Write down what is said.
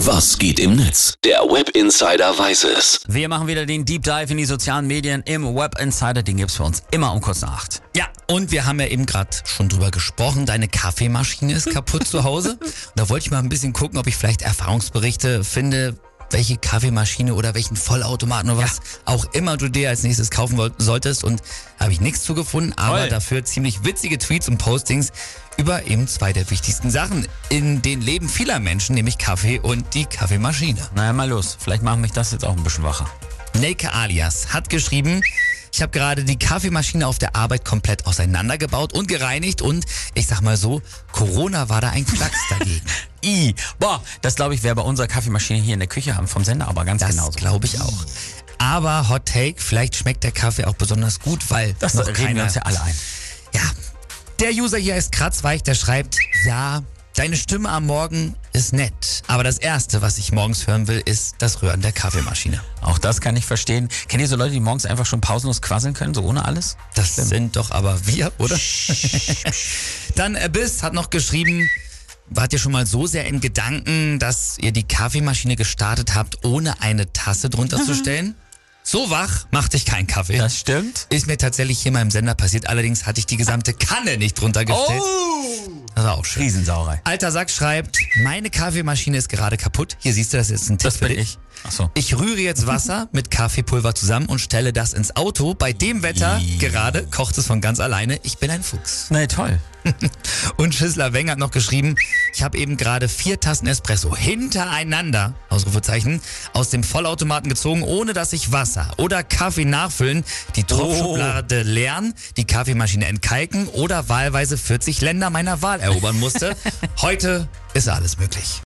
Was geht im Netz? Der Web Insider weiß es. Wir machen wieder den Deep Dive in die sozialen Medien im Web Insider. Den gibt's für uns immer um kurz nach acht. Ja, und wir haben ja eben gerade schon drüber gesprochen, deine Kaffeemaschine ist kaputt zu Hause. Und da wollte ich mal ein bisschen gucken, ob ich vielleicht Erfahrungsberichte finde, welche Kaffeemaschine oder welchen Vollautomaten oder was auch immer du dir als nächstes kaufen wollt, solltest. Und da habe ich nichts zu gefunden, aber Toll. dafür ziemlich witzige Tweets und Postings über eben zwei der wichtigsten Sachen in den Leben vieler Menschen, nämlich Kaffee und die Kaffeemaschine. Na ja, mal los. Vielleicht macht mich das jetzt auch ein bisschen wacher. Nelke alias hat geschrieben, ich habe gerade die Kaffeemaschine auf der Arbeit komplett auseinandergebaut und gereinigt und ich sag mal so, Corona war da ein Klacks dagegen. I. Boah, das glaube ich wäre bei unserer Kaffeemaschine hier in der Küche am- vom Sender aber ganz Das genauso. glaube ich auch. Aber Hot Take, vielleicht schmeckt der Kaffee auch besonders gut, weil Das noch reden wir keiner- uns ja alle ein. Ja. Der User hier ist kratzweich, der schreibt, ja, deine Stimme am Morgen ist nett, aber das erste, was ich morgens hören will, ist das Röhren der Kaffeemaschine. Auch das kann ich verstehen. Kennt ihr so Leute, die morgens einfach schon pausenlos quasseln können, so ohne alles? Das sind doch aber wir, oder? Dann Abyss hat noch geschrieben, wart ihr schon mal so sehr in Gedanken, dass ihr die Kaffeemaschine gestartet habt, ohne eine Tasse drunter zu stellen? So wach macht ich keinen Kaffee. Das stimmt. ist mir tatsächlich hier in meinem Sender passiert. Allerdings hatte ich die gesamte Kanne nicht drunter gestellt. Oh! Das war auch schön. Riesensauerei. Alter Sack schreibt, meine Kaffeemaschine ist gerade kaputt. Hier siehst du, das ist jetzt ein Tipp Das für bin dich. ich. Achso. Ich rühre jetzt Wasser mit Kaffeepulver zusammen und stelle das ins Auto. Bei dem Wetter gerade kocht es von ganz alleine. Ich bin ein Fuchs. Na toll. Und Schissler Weng hat noch geschrieben, ich habe eben gerade vier Tassen Espresso hintereinander, Ausrufezeichen, aus dem Vollautomaten gezogen, ohne dass ich Wasser oder Kaffee nachfüllen, die Tropfschublade leeren, die Kaffeemaschine entkalken oder wahlweise 40 Länder meiner Wahl erobern musste. Heute ist alles möglich.